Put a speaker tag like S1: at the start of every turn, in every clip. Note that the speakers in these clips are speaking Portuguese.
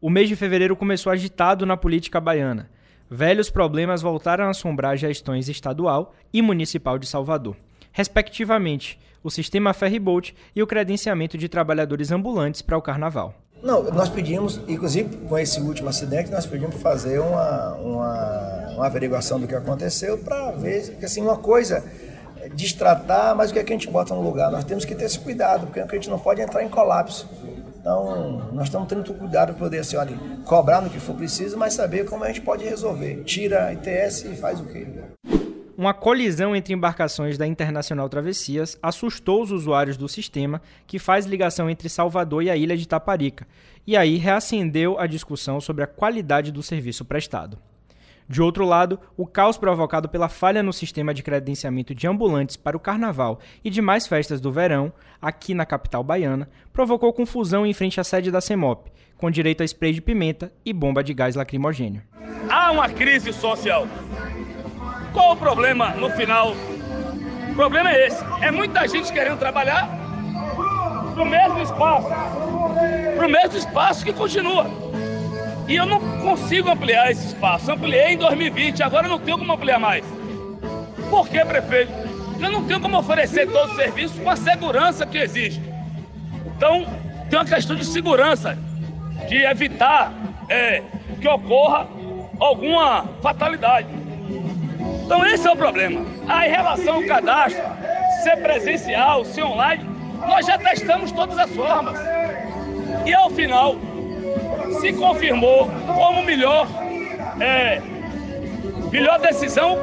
S1: O mês de fevereiro começou agitado na política baiana. Velhos problemas voltaram a assombrar gestões estadual e municipal de Salvador, respectivamente, o sistema Ferryboat e o credenciamento de trabalhadores ambulantes para o carnaval.
S2: Não, nós pedimos, inclusive com esse último acidente, nós pedimos para fazer uma, uma, uma, averiguação do que aconteceu para ver, porque assim, uma coisa é destratar, mas o que, é que a gente bota no lugar? Nós temos que ter esse cuidado, porque a gente não pode entrar em colapso. Então, nós estamos tendo cuidado para poder, assim, olha, cobrar no que for preciso, mas saber como a gente pode resolver. Tira a ITS e faz o quê?
S1: Uma colisão entre embarcações da Internacional Travessias assustou os usuários do sistema que faz ligação entre Salvador e a ilha de Taparica, e aí reacendeu a discussão sobre a qualidade do serviço prestado. De outro lado, o caos provocado pela falha no sistema de credenciamento de ambulantes para o carnaval e demais festas do verão, aqui na capital baiana, provocou confusão em frente à sede da CEMOP, com direito a spray de pimenta e bomba de gás lacrimogênio.
S3: Há uma crise social. Qual o problema no final? O problema é esse: é muita gente querendo trabalhar no mesmo espaço, no mesmo espaço que continua. E eu não consigo ampliar esse espaço. Ampliei em 2020, agora não tenho como ampliar mais. Por que, prefeito? Eu não tenho como oferecer todo o serviço com a segurança que existe. Então, tem uma questão de segurança, de evitar é, que ocorra alguma fatalidade. Então, esse é o problema. Ah, em relação ao cadastro, ser presencial, ser online, nós já testamos todas as formas. E ao final, se confirmou como melhor, é, melhor decisão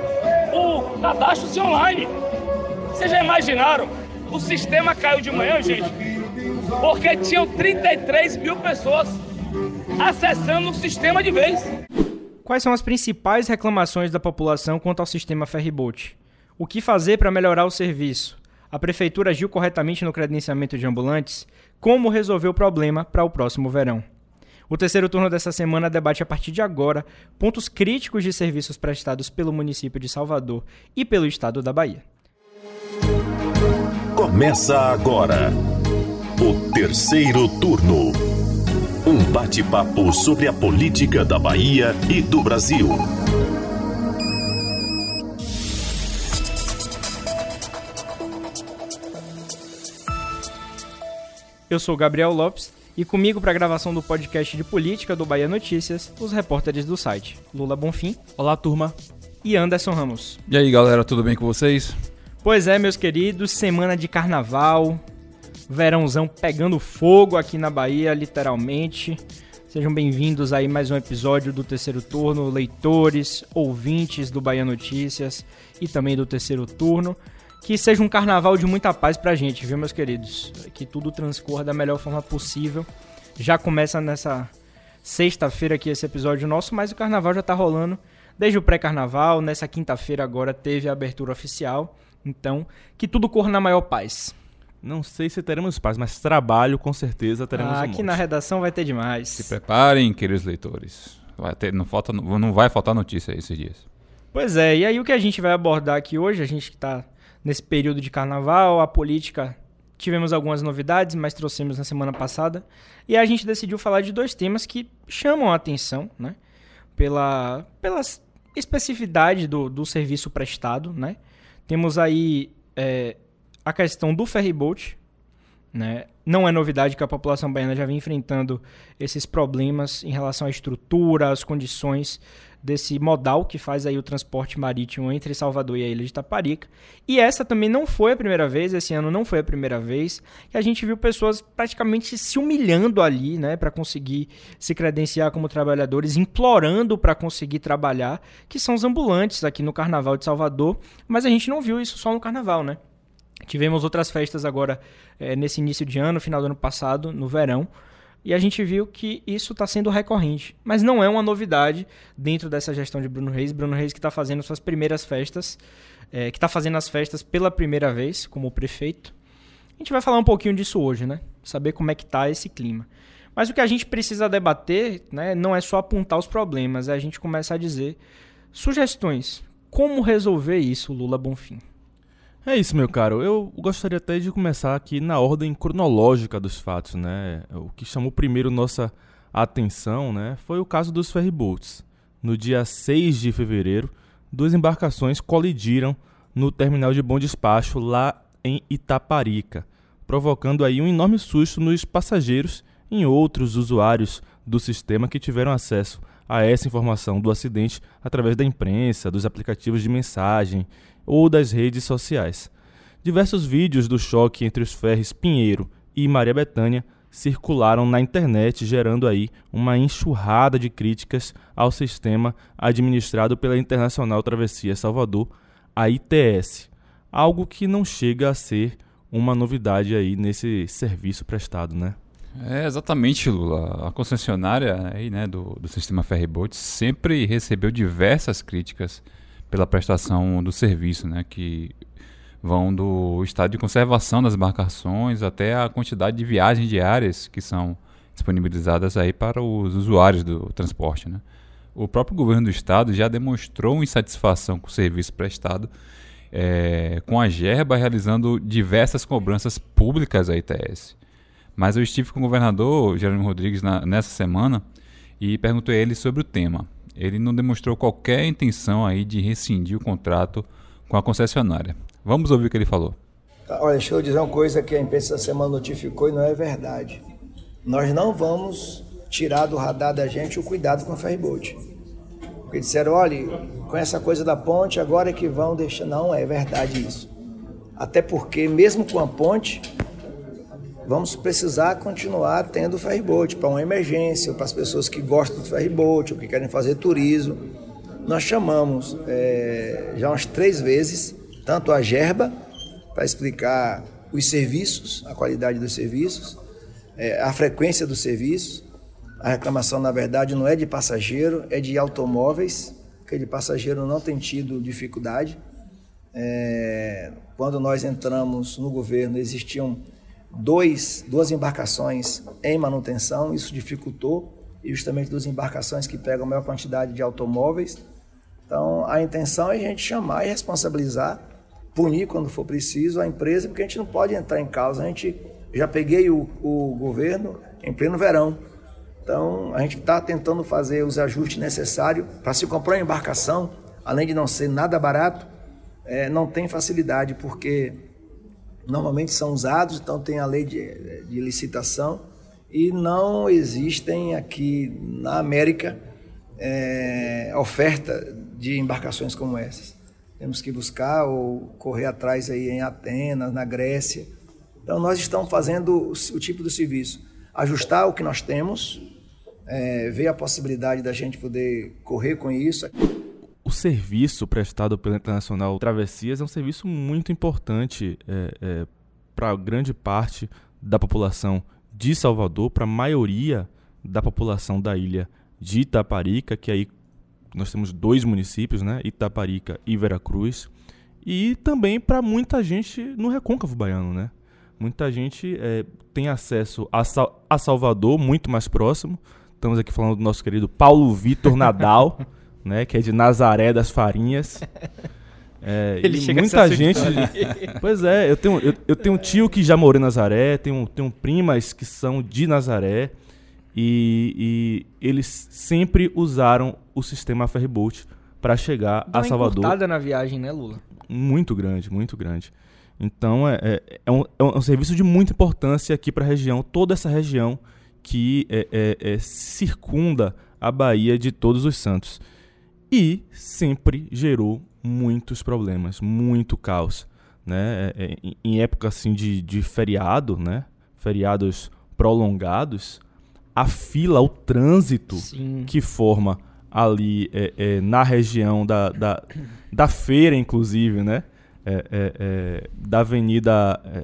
S3: o cadastro online. Vocês já imaginaram? O sistema caiu de manhã, gente, porque tinham 33 mil pessoas acessando o sistema de vez.
S1: Quais são as principais reclamações da população quanto ao sistema Ferribolt? O que fazer para melhorar o serviço? A prefeitura agiu corretamente no credenciamento de ambulantes? Como resolver o problema para o próximo verão? O terceiro turno dessa semana debate a partir de agora pontos críticos de serviços prestados pelo município de Salvador e pelo estado da Bahia.
S4: Começa agora o terceiro turno. Um bate-papo sobre a política da Bahia e do Brasil.
S1: Eu sou Gabriel Lopes e comigo para a gravação do podcast de política do Bahia Notícias, os repórteres do site Lula Bonfim.
S5: Olá, turma.
S1: E Anderson Ramos.
S6: E aí, galera, tudo bem com vocês?
S1: Pois é, meus queridos, semana de carnaval, verãozão pegando fogo aqui na Bahia, literalmente. Sejam bem-vindos aí mais um episódio do Terceiro Turno, leitores, ouvintes do Bahia Notícias e também do Terceiro Turno. Que seja um carnaval de muita paz pra gente, viu, meus queridos? Que tudo transcorra da melhor forma possível. Já começa nessa sexta-feira aqui esse episódio nosso, mas o carnaval já tá rolando desde o pré-carnaval. Nessa quinta-feira agora teve a abertura oficial. Então, que tudo corra na maior paz.
S5: Não sei se teremos paz, mas trabalho com certeza teremos ah, um
S1: Aqui na redação vai ter demais.
S6: Se preparem, queridos leitores. Vai ter, não, falta, não vai faltar notícia esses dias.
S1: Pois é, e aí o que a gente vai abordar aqui hoje, a gente que tá nesse período de carnaval, a política. Tivemos algumas novidades, mas trouxemos na semana passada. E a gente decidiu falar de dois temas que chamam a atenção, né? Pela, pela especificidade do, do serviço prestado, né? Temos aí é, a questão do ferryboat, né? Não é novidade que a população baiana já vem enfrentando esses problemas em relação à estrutura, às condições desse modal que faz aí o transporte marítimo entre Salvador e a ilha de Taparica. E essa também não foi a primeira vez, esse ano não foi a primeira vez, que a gente viu pessoas praticamente se humilhando ali, né, para conseguir se credenciar como trabalhadores, implorando para conseguir trabalhar, que são os ambulantes aqui no Carnaval de Salvador, mas a gente não viu isso só no Carnaval, né? Tivemos outras festas agora é, nesse início de ano, final do ano passado, no verão, e a gente viu que isso está sendo recorrente. Mas não é uma novidade dentro dessa gestão de Bruno Reis. Bruno Reis que está fazendo suas primeiras festas, é, que está fazendo as festas pela primeira vez como prefeito. A gente vai falar um pouquinho disso hoje, né? Saber como é que está esse clima. Mas o que a gente precisa debater né, não é só apontar os problemas, é a gente começar a dizer sugestões. Como resolver isso, Lula Bonfim?
S5: É isso, meu caro. Eu gostaria até de começar aqui na ordem cronológica dos fatos, né? O que chamou primeiro nossa atenção né, foi o caso dos ferryboats. No dia 6 de fevereiro, duas embarcações colidiram no terminal de bom despacho lá em Itaparica, provocando aí um enorme susto nos passageiros e em outros usuários do sistema que tiveram acesso a essa informação do acidente através da imprensa, dos aplicativos de mensagem ou das redes sociais. Diversos vídeos do choque entre os ferres Pinheiro e Maria Bethânia circularam na internet, gerando aí uma enxurrada de críticas ao sistema administrado pela Internacional Travessia Salvador, a ITS, algo que não chega a ser uma novidade aí nesse serviço prestado, né?
S6: É, exatamente, Lula. A concessionária aí, né, do, do sistema Ferryboat sempre recebeu diversas críticas pela prestação do serviço, né, que vão do estado de conservação das embarcações até a quantidade de viagens diárias que são disponibilizadas aí para os usuários do transporte, né. O próprio governo do estado já demonstrou insatisfação com o serviço prestado é, com a Gerba realizando diversas cobranças públicas à ITS. Mas eu estive com o governador Jerônimo Rodrigues na, nessa semana e perguntei a ele sobre o tema. Ele não demonstrou qualquer intenção aí de rescindir o contrato com a concessionária. Vamos ouvir o que ele falou.
S2: Tá, Olha, deixa eu dizer uma coisa que a imprensa essa semana notificou e não é verdade. Nós não vamos tirar do radar da gente o cuidado com a ferryboat. Porque disseram, olha, com essa coisa da ponte, agora é que vão deixar. Não é verdade isso. Até porque, mesmo com a ponte, vamos precisar continuar tendo ferryboat para uma emergência, para as pessoas que gostam do ferryboat ou que querem fazer turismo. Nós chamamos é, já umas três vezes, tanto a Gerba, para explicar os serviços, a qualidade dos serviços, é, a frequência dos serviços. A reclamação, na verdade, não é de passageiro, é de automóveis, que de passageiro não tem tido dificuldade. É, quando nós entramos no governo, existiam dois, duas embarcações em manutenção, isso dificultou, e justamente duas embarcações que pegam a maior quantidade de automóveis. Então, a intenção é a gente chamar e responsabilizar, punir quando for preciso a empresa, porque a gente não pode entrar em causa. A gente já peguei o, o governo em pleno verão. Então, a gente está tentando fazer os ajustes necessários para se comprar uma embarcação, além de não ser nada barato, é, não tem facilidade, porque normalmente são usados, então tem a lei de, de, licitação e não existem aqui na América é, oferta de embarcações como essas. Temos que buscar ou correr atrás aí em Atenas, na Grécia. Então nós estamos fazendo o, o tipo do serviço, ajustar o que nós temos, é, ver a possibilidade da gente poder correr com isso.
S5: O serviço prestado pela Internacional Travessias é um serviço muito importante é, é, para grande parte da população de Salvador, para a maioria da população da ilha de Itaparica, que aí nós temos dois municípios, né? Itaparica e Veracruz, e também para muita gente no Recôncavo Baiano, né? Muita gente é, tem acesso a, Sal a Salvador, muito mais próximo. Estamos aqui falando do nosso querido Paulo Vitor Nadal. Né, que é de Nazaré das Farinhas. É,
S1: Ele
S5: e
S1: chega a
S5: muita
S1: se
S5: gente.
S1: assustar.
S5: pois é, eu tenho, eu, eu tenho um tio que já morou em Nazaré, tenho, tenho primas que são de Nazaré. E, e eles sempre usaram o sistema Ferryboat para chegar
S1: Dá
S5: a
S1: uma
S5: Salvador
S1: encurtada na viagem, né, Lula?
S5: muito grande, muito grande. Então é, é, é um, é um serviço de muita importância aqui para a região, toda essa região que é, é- é, circunda a Bahia de Todos os Santos. E sempre gerou muitos problemas, muito caos. Né? É- é- em- em época assim, de, de feriado, né? feriados prolongados, a fila, o trânsito
S1: Sim.
S5: que forma ali é, é, na região da, da, da feira, inclusive, né? É, é, é, da Avenida. é,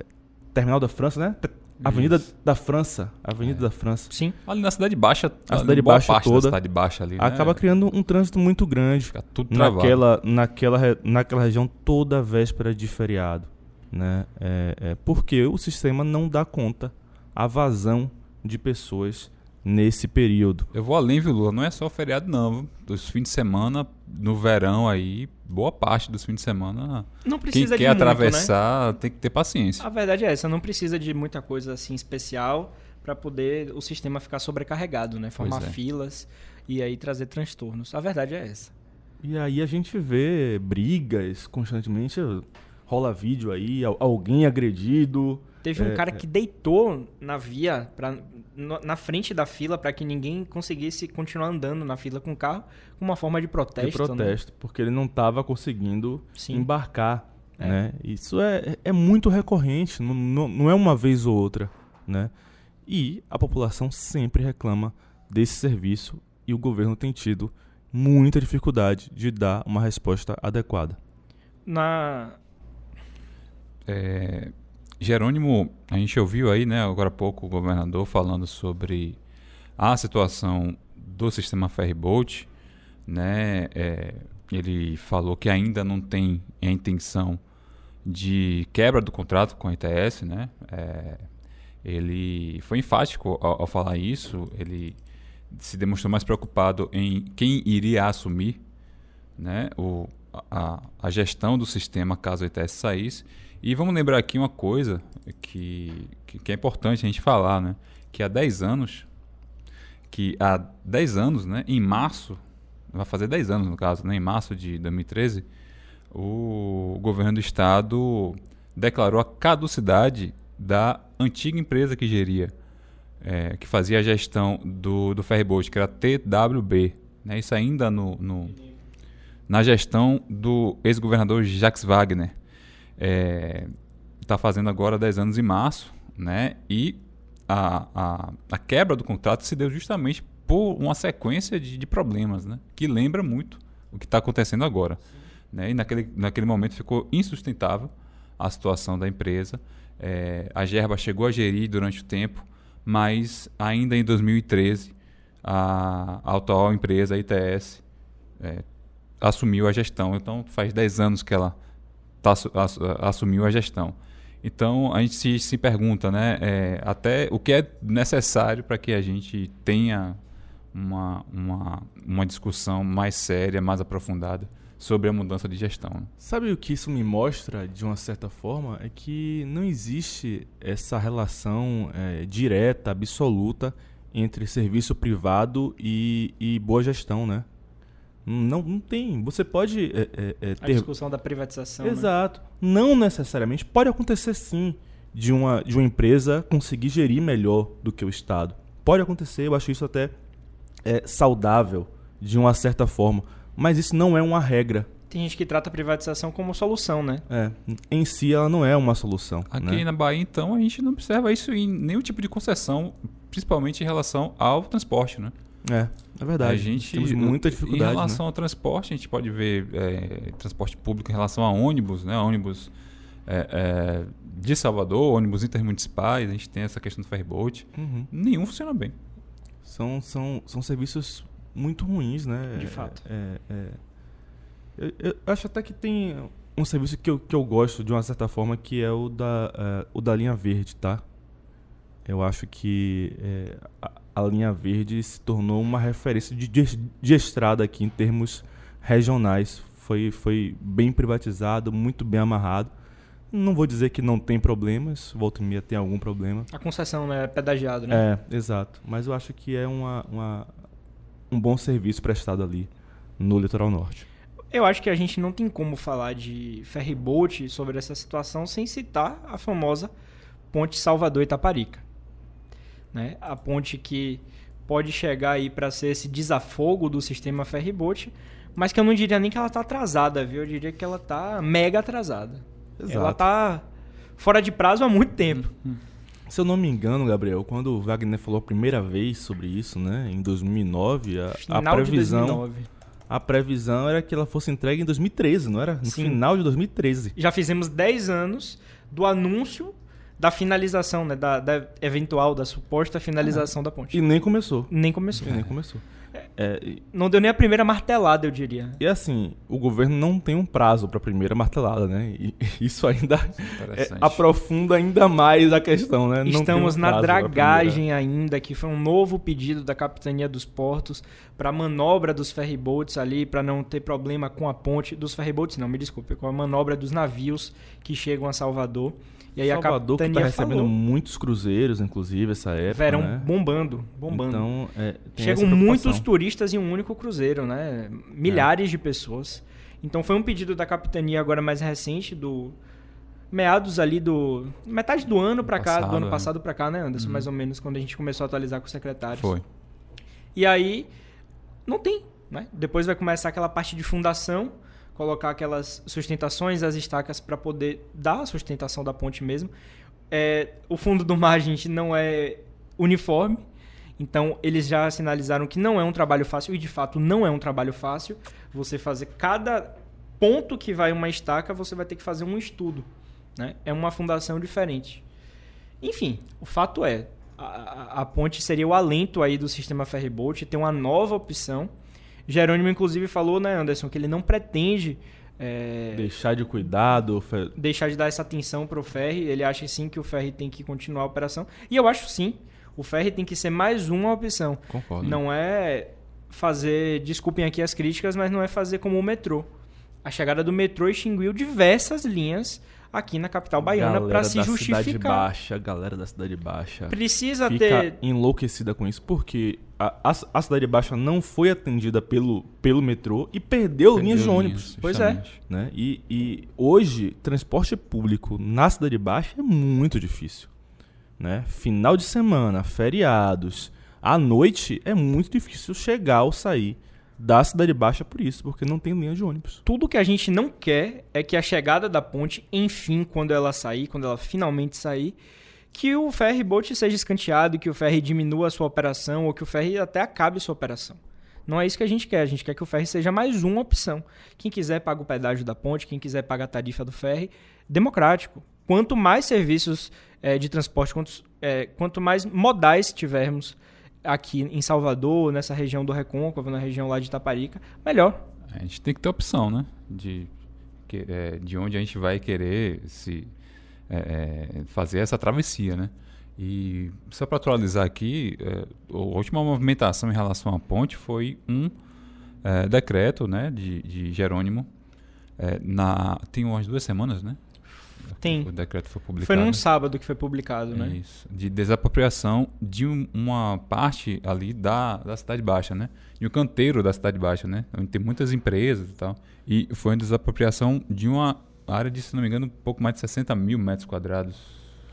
S5: Terminal da França, né? Te- Avenida da França. Avenida da França.
S1: É. Sim.
S6: Ali na Cidade Baixa,
S5: A Cidade
S6: boa
S5: Baixa
S6: parte da
S5: toda
S6: Cidade Baixa ali, né?
S1: é.
S5: Acaba criando um trânsito muito grande
S6: Fica tudo travado.
S5: naquela, naquela, re- naquela região toda véspera de feriado. Né? É, é, porque o sistema não dá conta a vazão de pessoas nesse período.
S6: Eu vou além, viu, Lula? Não é só feriado, não. viu? Dos fins de semana, no verão aí, boa parte dos fins de semana.
S1: Não precisa
S6: quem quer
S1: de muito, né?
S6: atravessar tem que ter paciência.
S1: A verdade é essa, não precisa de muita coisa assim especial para poder o sistema ficar sobrecarregado, né? Formar
S6: Pois é.
S1: filas e aí trazer transtornos. A verdade é essa.
S5: E aí a gente vê brigas constantemente, rola vídeo aí, al- alguém agredido.
S1: Teve um
S5: é.
S1: cara que deitou na via, pra, no- na frente da fila, para que ninguém conseguisse continuar andando na fila com o carro, como uma forma de protesto. né?
S5: de protesto, porque ele não estava conseguindo
S1: Sim.
S5: embarcar. Né? Isso é, é muito recorrente, não, não, não é uma vez ou outra. Né? E a população sempre reclama desse serviço e o governo tem tido muita dificuldade de dar uma resposta adequada.
S1: Né? Na,
S6: É, Jerônimo, a gente ouviu aí, né, agora há pouco, o governador falando sobre a situação do sistema Ferrybolt, né? é, ele falou que ainda não tem a intenção de quebra do contrato com a ITS, né? é, ele foi enfático ao, ao falar isso, ele se demonstrou mais preocupado em quem iria assumir né, o, a, a gestão do sistema caso o ITS saísse. E vamos lembrar aqui uma coisa que, que, que é importante a gente falar, né? Que há 10 anos, que há 10 anos, né, em março, vai fazer 10 anos no caso, né, em março de 2013, o governo do estado declarou a caducidade da antiga empresa que geria, eh, que fazia a gestão do, do ferryboat, que era a TWB. Né? Isso ainda no, no- na gestão do ex-governador Jacques Wagner. Está fazendo agora 10 anos em março, né? e a, a, a quebra do contrato se deu justamente por uma sequência de, de problemas, né? que lembra muito o que está acontecendo agora. Né? E naquele, naquele momento ficou insustentável a situação da empresa. É, a Gerba chegou a gerir durante o tempo, mas ainda em 2013 a, a atual empresa, a ITS, é, assumiu a gestão. Então faz 10 anos que ela tá, assu- ass- assumiu a gestão. Então a gente se, se pergunta, né, é, até o que é necessário para que a gente tenha uma, uma, uma discussão mais séria, mais aprofundada sobre a mudança de gestão. né?
S5: Sabe o que isso me mostra, de uma certa forma, é que não existe essa relação eh, direta, absoluta, entre serviço privado e, e boa gestão, né? Não, não tem. Você pode eh, eh, eh,
S1: a
S5: ter
S1: discussão da privatização. né?
S5: Exato. Não necessariamente. Pode acontecer sim de uma, de uma empresa conseguir gerir melhor do que o Estado. Pode acontecer, eu acho isso até é, saudável, de uma certa forma. Mas isso não é uma regra.
S1: Tem gente que trata a privatização como solução, né?
S5: É, em si, ela não é uma solução.
S6: Aqui
S5: né?
S6: na Bahia, então, a gente não observa isso em nenhum tipo de concessão, principalmente em relação ao transporte, né?
S5: É, é verdade.
S6: A gente
S5: Temos muita dificuldade.
S6: Em
S5: né?
S6: relação ao transporte, a gente pode ver é, transporte público em relação a ônibus, né? Ônibus é, é, de Salvador, ônibus intermunicipais, a gente tem essa questão do ferryboat.
S5: Uhum.
S6: Nenhum funciona bem.
S5: são, são, são serviços muito ruins, né?
S1: De
S5: É,
S1: fato.
S5: é, é. Eu, eu acho até que tem um serviço que eu, que eu gosto de uma certa forma que é o da, eh, o da linha verde, tá? Eu acho que eh, a, a linha verde se tornou uma referência de, de, de estrada aqui em termos regionais. Foi, foi bem privatizado, muito bem amarrado. Não vou dizer que não tem problemas, volta e meia tem algum problema.
S1: A concessão, né? É Pedagiado, né?
S5: É, exato. Mas eu acho que é uma, uma- um bom serviço prestado ali no litoral norte.
S1: Eu acho que a gente não tem como falar de ferryboat sobre essa situação sem citar a famosa ponte Salvador Itaparica. Né? A ponte que pode chegar aí para ser esse desafogo do sistema ferryboat, mas que eu não diria nem que ela tá atrasada, viu? Eu diria que ela tá mega atrasada. Ela tá fora de prazo há muito tempo.
S5: Hum. Se eu não me engano, Gabriel, quando o Wagner falou a primeira vez sobre isso, né, em 2009, a, a
S1: Final
S5: previsão,
S1: de 2009.
S5: a previsão era que ela fosse entregue em 2013, não era? No
S1: Sim.
S5: final de 2013.
S1: já fizemos 10 anos do anúncio da finalização, né? Da, da eventual, da suposta finalização da ponte.
S5: E nem começou.
S1: Nem começou.
S5: E nem começou. É, e,
S1: Não deu nem a primeira martelada, eu diria.
S5: e assim, o governo não tem um prazo para a primeira martelada, né? E isso ainda é,
S6: Interessante.
S5: aprofunda ainda mais a questão, né? Não tem um
S1: Estamos na
S5: prazo pra primeira.
S1: dragagem ainda, que foi um novo pedido da Capitania dos Portos para manobra dos ferryboats ali, para não ter problema com a ponte dos ferryboats, não, me desculpe, com a manobra dos navios que chegam a Salvador. E aí
S5: Salvador
S1: a
S5: que tá
S1: capitania
S5: recebendo
S1: falou.
S5: muitos cruzeiros, inclusive, essa época.
S1: Verão
S5: né?
S1: bombando, bombando.
S5: Então, é, tem
S1: Chegam
S5: essa
S1: muitos
S5: preocupação.
S1: turistas em um único cruzeiro, né? Milhares
S5: É.
S1: de pessoas. Então foi um pedido da capitania agora mais recente do meados ali do metade do ano pra cá, do
S6: Passado,
S1: ano
S6: né?
S1: passado pra cá, né, Anderson, mais ou menos quando a gente começou a atualizar com os secretários.
S6: Foi.
S1: E aí não tem, né? Depois vai começar aquela parte de fundação, colocar aquelas sustentações, as estacas para poder dar a sustentação da ponte mesmo. É, o fundo do mar, gente, não é uniforme. Então, eles já sinalizaram que não é um trabalho fácil, e de fato não é um trabalho fácil. Você fazer cada ponto que vai uma estaca, você vai ter que fazer um estudo. Né? É uma fundação diferente. Enfim, o fato é, a, a- a ponte seria o alento aí do sistema Ferryboat, tem uma nova opção. Jerônimo, inclusive, falou, né, Anderson, que ele não pretende é,
S5: Deixar de cuidado, fe-
S1: deixar de dar essa atenção pro ferry. Ele acha sim que o ferry tem que continuar a operação. E eu acho sim. O ferry tem que ser mais uma opção.
S6: Concordo.
S1: Não é fazer, desculpem aqui as críticas, mas não é fazer como o metrô. A chegada do metrô extinguiu diversas linhas aqui na capital baiana
S5: galera
S1: para se
S5: da Cidade
S1: justificar.
S5: baixa, galera da Cidade Baixa.
S1: Precisa
S5: fica
S1: ter
S5: enlouquecida com isso, porque a, a, a Cidade Baixa não foi atendida pelo, pelo metrô e perdeu,
S6: Perdeu
S5: linhas de
S6: linhas,
S5: ônibus.
S1: Pois é.
S6: justamente.
S5: Né? E, e hoje, transporte público na Cidade Baixa é muito difícil. Né? Final de semana, feriados, à noite, é muito difícil chegar ou sair da Cidade Baixa por isso, porque não tem linha de ônibus.
S1: Tudo que a gente não quer é que a chegada da ponte, enfim, quando ela sair, quando ela finalmente sair, que o ferry boat seja escanteado, que o ferry diminua a sua operação ou que o ferry até acabe sua operação. Não é isso que a gente quer, a gente quer que o ferry seja mais uma opção. Quem quiser paga o pedágio da ponte, quem quiser paga a tarifa do ferry, democrático. Quanto mais serviços eh, de transporte, quantos, eh, quanto mais modais tivermos aqui em Salvador, nessa região do Recôncavo, na região lá de Itaparica, melhor.
S6: A gente tem que ter opção, né? De, que- é, de onde a gente vai querer se é, é, fazer essa travessia, né? E só para atualizar aqui, é, a última movimentação em relação à ponte foi um é, decreto, né, de, de Jerônimo. é, na tem umas duas semanas, né?
S1: Tem.
S6: O decreto foi publicado. né?
S1: Foi num sábado que foi publicado, né?
S6: É Isso. De desapropriação de um- uma parte ali da, da Cidade Baixa, né? De um canteiro da Cidade Baixa, né? Onde tem muitas empresas e tal. E foi uma desapropriação de uma área de, se não me engano, um pouco mais de 60 mil metros quadrados,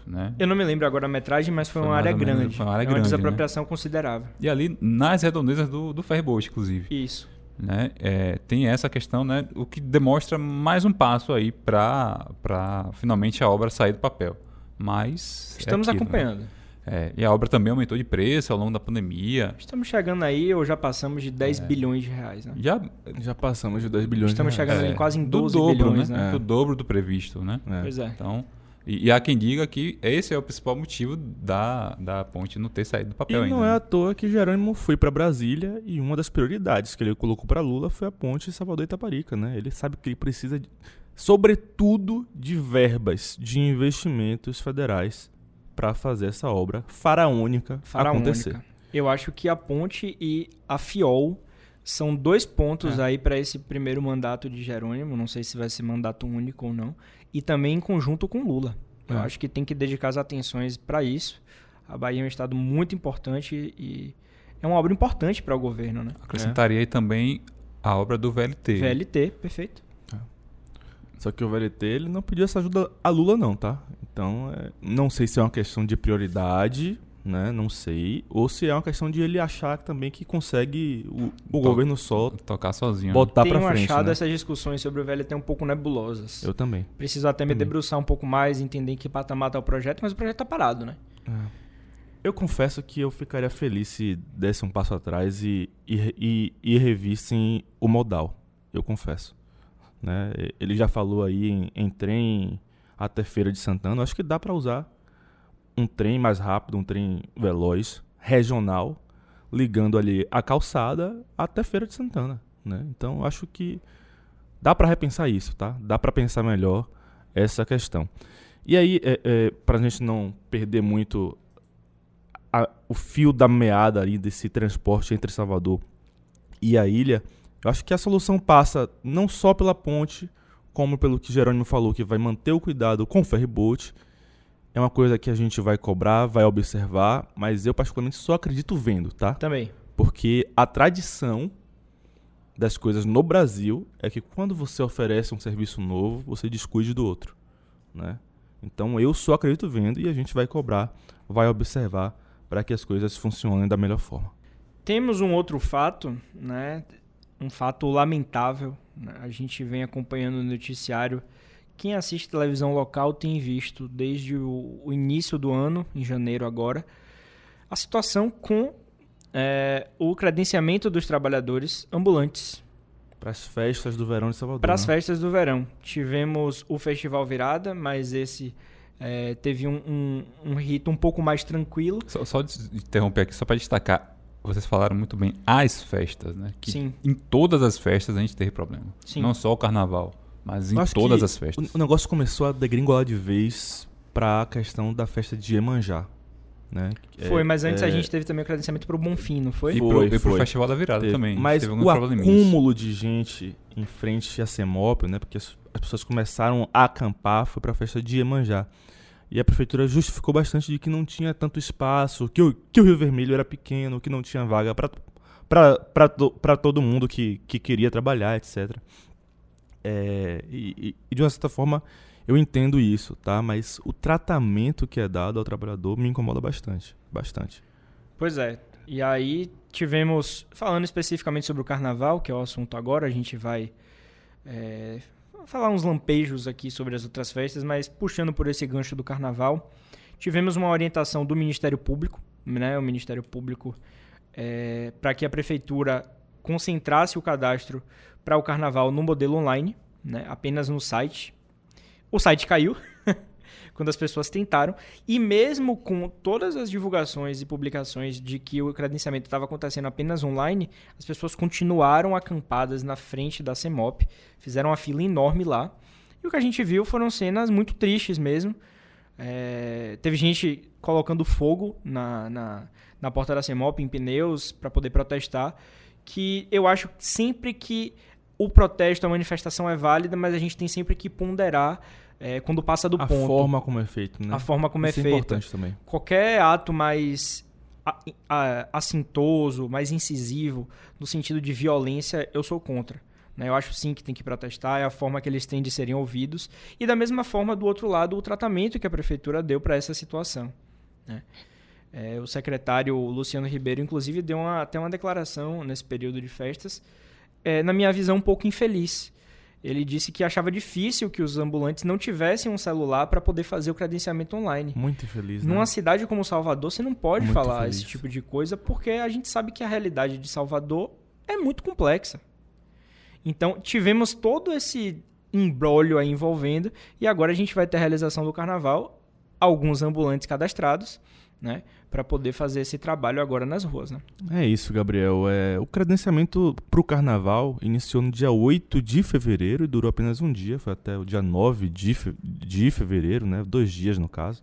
S6: né?
S1: Eu não me lembro agora a metragem, mas foi,
S6: Foi
S1: uma
S6: mais
S1: área
S6: ou menos-
S1: grande.
S6: foi uma área
S1: É
S6: grande, né?
S1: desapropriação considerável.
S6: E ali nas redondezas do, do Ferryboat, inclusive.
S1: Isso.
S6: né? É, tem essa questão, né? O que demonstra mais um passo aí para finalmente a obra sair do papel. Mas... é
S1: Estamos
S6: aquilo, né?
S1: acompanhando.
S6: É, e a obra também aumentou de preço ao longo da pandemia.
S1: Estamos chegando aí, ou já passamos de
S6: É.
S1: 10 bilhões de reais, né?
S6: Já
S5: Já passamos de 10 bilhões
S1: Estamos
S5: de reais.
S1: chegando ali quase em
S6: É, do
S1: 12
S6: dobro,
S1: bilhões,
S6: né?
S1: né?
S6: Do dobro do previsto, né?
S5: É.
S1: Pois é.
S6: Então, e, e há quem diga que esse é o principal motivo da, da ponte não ter saído do
S5: E
S6: papel ainda.
S5: não é à
S6: né?
S5: toa que Jerônimo foi para Brasília e uma das prioridades que ele colocou para Lula foi a ponte Salvador Itaparica, né? Ele sabe que ele precisa, de- sobretudo, de verbas, de investimentos federais para fazer essa obra faraônica,
S1: Faraônica.
S5: acontecer.
S1: Eu acho que a Ponte e a Fiol são dois
S5: É.
S1: pontos aí para esse primeiro mandato de Jerônimo. Não sei se vai ser mandato único ou não. E também em conjunto com Lula. Eu
S5: É.
S1: acho que tem que dedicar as atenções para isso. A Bahia é um estado muito importante e é uma obra importante para o governo, né?
S6: Acrescentaria aí também a obra do VLT.
S1: VLT, perfeito.
S5: Só que o VLT ele não pediu essa ajuda a Lula não, tá? Então, é, não sei se é uma questão de prioridade, né? Não sei, ou se é uma questão de ele achar também que consegue o, o governo só
S6: Tocar sozinho. né?
S5: botar
S1: Tenho
S5: para frente,
S1: achado
S5: né?
S1: essas discussões sobre o VLT um pouco nebulosas.
S5: Eu também.
S1: Preciso até me debruçar um pouco mais, entender em que patamar tá o projeto, mas o projeto tá parado, né?
S5: Eu confesso que eu ficaria feliz se desse um passo atrás e, e, e, e revissem o modal. Eu confesso. Né? E- Ele já falou aí em, em trem até Feira de Santana. Eu Acho que dá para usar um trem mais rápido, um trem veloz, regional, ligando ali a calçada até Feira de Santana. Né? Então, eu acho que dá para repensar isso, tá? Dá para pensar melhor essa questão. E aí, é, é, para a gente não perder muito a- o fio da meada ali desse transporte entre Salvador e a ilha, eu acho que a solução passa não só pela ponte, como pelo que Jerônimo falou, que vai manter o cuidado com o ferryboat É uma coisa que a gente vai cobrar, vai observar, mas eu particularmente só acredito vendo, tá?
S1: Também.
S5: Porque a tradição das coisas no Brasil é que quando você oferece um serviço novo, você descuide do outro, né? Então eu só acredito vendo e a gente vai cobrar, vai observar para que as coisas funcionem da melhor forma.
S1: Temos um outro fato, né? Um fato lamentável. né? A gente vem acompanhando no noticiário. Quem assiste televisão local tem visto desde o, o início do ano, em janeiro agora, a situação com eh, o credenciamento dos trabalhadores ambulantes
S5: Para as festas do verão de Salvador.
S1: para as
S5: né?
S1: festas do verão. Tivemos o Festival Virada, mas esse eh, teve um- um- um rito um pouco mais tranquilo.
S6: né? Só, só de- interromper aqui, só para destacar. Vocês falaram muito bem as festas, né? Que
S1: Sim.
S6: em todas as festas a gente teve problema.
S1: Sim.
S6: Não só o carnaval, mas em
S5: Eu acho
S6: todas
S5: que
S6: as festas.
S5: O, o negócio começou a degringolar de vez para a questão da festa de Iemanjá, né?
S1: Foi, mas antes a gente teve também o credenciamento pro Bonfim, não foi?
S6: E,
S5: Foi,
S6: pro, e pro
S5: foi.
S6: Festival da Virada
S5: Teve.
S6: também.
S5: Mas
S6: teve
S5: o
S6: alguns probleminhas.
S5: acúmulo de gente em frente à CEMOP, né? Porque as, as pessoas começaram a acampar, foi para a festa de Iemanjá. E a prefeitura justificou bastante de que não tinha tanto espaço, que o, que o Rio Vermelho era pequeno, que não tinha vaga para todo mundo que, que queria trabalhar, etc. É, e, e- e de uma certa forma eu entendo isso, tá? Mas o tratamento que é dado ao trabalhador me incomoda bastante. Bastante.
S1: Pois é. E aí tivemos, falando especificamente sobre o carnaval, que é o assunto agora, a gente vai é, falar uns lampejos aqui sobre as outras festas, mas puxando por esse gancho do carnaval, tivemos uma orientação do Ministério Público, né? O Ministério Público para que a prefeitura concentrasse o cadastro para o carnaval no modelo online, né? apenas no site. O site caiu quando as pessoas tentaram, e mesmo com todas as divulgações e publicações de que o credenciamento estava acontecendo apenas online, as pessoas continuaram acampadas na frente da CEMOP, fizeram uma fila enorme lá, e o que a gente viu foram cenas muito tristes mesmo. É, teve gente colocando fogo na, na, na porta da CEMOP em pneus para poder protestar, que eu acho que sempre que o protesto, a manifestação é válida, mas a gente tem sempre que ponderar é, quando passa do
S5: a
S1: ponto
S5: forma como é feito, né?
S1: a forma como
S5: Isso
S1: é feita.
S5: importante também.
S1: Qualquer ato mais a- a- assintoso, mais incisivo, no sentido de violência, eu sou contra. né? Eu acho sim que tem que protestar, é a forma que eles têm de serem ouvidos. E da mesma forma, do outro lado, o tratamento que a prefeitura deu para essa situação. né? É, o secretário Luciano Ribeiro, inclusive, deu uma- até uma declaração nesse período de festas, é, na minha visão, um pouco infeliz. Ele disse que achava difícil que os ambulantes não tivessem um celular para poder fazer o credenciamento online.
S5: Muito infeliz, né?
S1: Numa cidade como Salvador, você não pode
S5: Muito
S1: falar
S5: feliz.
S1: esse tipo de coisa, porque a gente sabe que a realidade de Salvador é muito complexa. Então, tivemos todo esse embrólio aí envolvendo, e agora a gente vai ter a realização do carnaval, alguns ambulantes cadastrados, né, para poder fazer esse trabalho agora nas ruas, né?
S5: É isso, Gabriel. É, o credenciamento para o carnaval iniciou no dia 8 de fevereiro e durou apenas um dia, foi até o dia 9 de, fe- de fevereiro, né? dois dias no caso.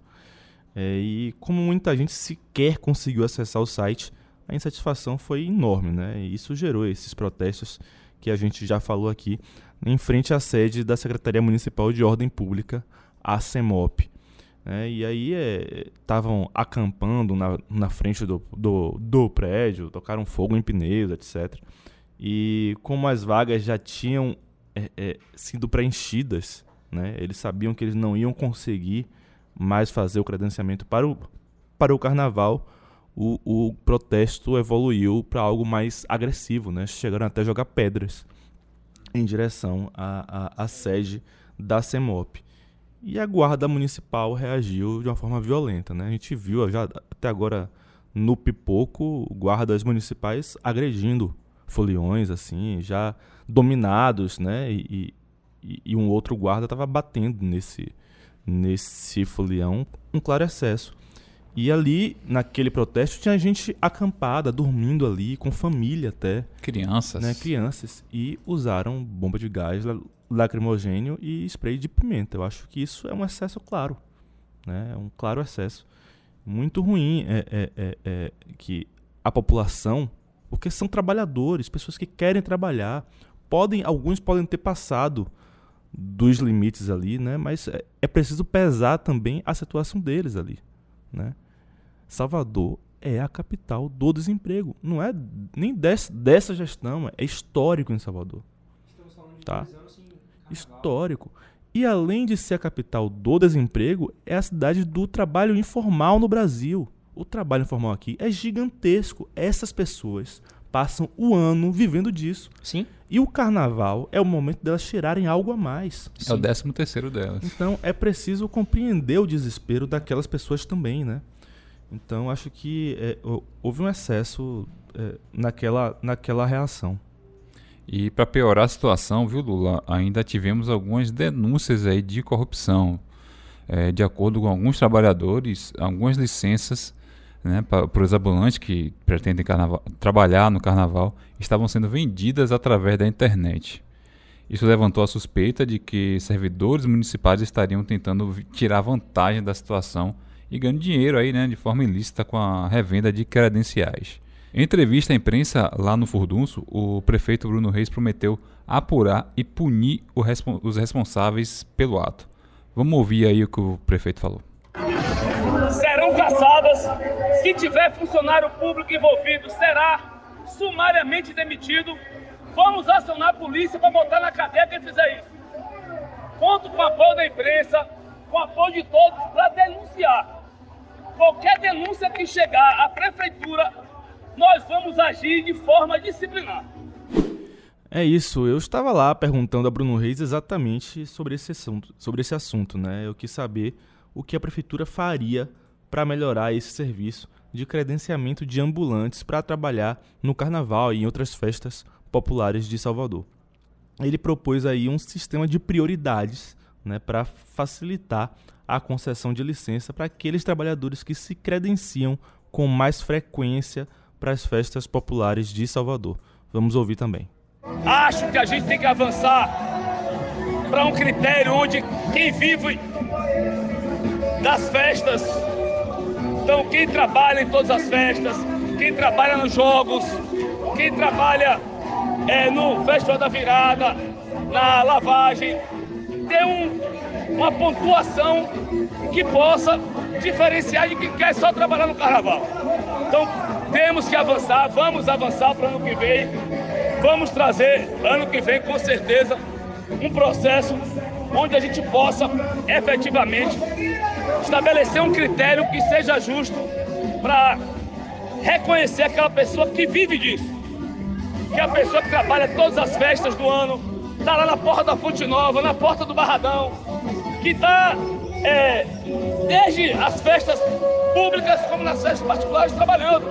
S5: É, e como muita gente sequer conseguiu acessar o site, a insatisfação foi enorme, né? E isso gerou esses protestos que a gente já falou aqui, em frente à sede da Secretaria Municipal de Ordem Pública, a CEMOP. né? e aí estavam acampando na, na frente do, do, do prédio, tocaram fogo em pneus, etc. E como as vagas já tinham é, é, sido preenchidas, né? eles sabiam que eles não iam conseguir mais fazer o credenciamento para o, para o carnaval, o, o protesto evoluiu para algo mais agressivo, né? Chegaram até a jogar pedras em direção à, à, à sede da CEMOP. E a guarda municipal reagiu de uma forma violenta, né? A gente viu já até agora no pipoco guardas municipais agredindo foliões, assim, já dominados, né? E, e, e um outro guarda estava batendo nesse, nesse folião um claro excesso. E ali, naquele protesto, tinha gente acampada, dormindo ali, com família até
S6: Crianças.
S5: né, crianças e usaram bomba de gás, la- lacrimogênio e spray de pimenta. Eu acho que isso é um excesso claro, né? É um claro excesso. Muito ruim é, é- é- é que a população, porque são trabalhadores, pessoas que querem trabalhar, podem alguns podem ter passado dos limites ali, né? Mas é, é preciso pesar também a situação deles ali, né? Salvador é a capital do desemprego. Não é nem des, dessa gestão, é histórico em Salvador. Tá? Histórico. E além de ser a capital do desemprego, é a cidade do trabalho informal no Brasil. O trabalho informal aqui é gigantesco. Essas pessoas passam o ano vivendo disso.
S1: Sim.
S5: E o carnaval é o momento delas tirarem algo a mais.
S6: É o décimo terceiro delas.
S5: Então é preciso compreender o desespero daquelas pessoas também, né? Então acho que é, houve um excesso é, naquela, naquela reação.
S6: E para piorar a situação, viu, Lula? Ainda tivemos algumas denúncias aí de corrupção. É, de acordo com alguns trabalhadores, algumas licenças né, para os ambulantes que pretendem carnaval, trabalhar no carnaval estavam sendo vendidas através da internet. Isso levantou a suspeita de que servidores municipais estariam tentando tirar vantagem da situação e ganhando dinheiro aí, né, de forma ilícita com a revenda de credenciais. Em entrevista à imprensa lá no Furdunço, o prefeito Bruno Reis prometeu apurar e punir respon os responsáveis pelo ato. Vamos ouvir aí o que o prefeito falou.
S3: Serão caçadas. Se tiver funcionário público envolvido, será sumariamente demitido. Vamos acionar a polícia para botar na cadeia quem fizer isso. Conto com o apoio da imprensa, com o apoio de todos para denunciar. Qualquer denúncia que chegar à prefeitura, nós vamos agir de forma disciplinar.
S5: É isso, eu estava lá perguntando a Bruno Reis exatamente sobre esse assunto, sobre esse assunto né? Eu quis saber o que a prefeitura faria para melhorar esse serviço de credenciamento de ambulantes para trabalhar no carnaval e em outras festas populares de Salvador. Ele propôs aí um sistema de prioridades né, para facilitar a concessão de licença para aqueles trabalhadores que se credenciam com mais frequência para as festas populares de Salvador. Vamos ouvir também.
S3: Acho que a gente tem que avançar para um critério onde quem vive das festas, então quem trabalha em todas as festas, quem trabalha nos jogos, quem trabalha é, no Festival da Virada, na lavagem, ter um, uma pontuação que possa diferenciar de quem quer só trabalhar no carnaval. Então temos que avançar, vamos avançar para o ano que vem. Vamos trazer ano que vem com certeza um processo onde a gente possa efetivamente estabelecer um critério que seja justo para reconhecer aquela pessoa que vive disso. Que é a pessoa que trabalha todas as festas do ano, está lá na porta da Fonte Nova, na porta do Barradão, que está é, desde as festas públicas como nas festas particulares trabalhando,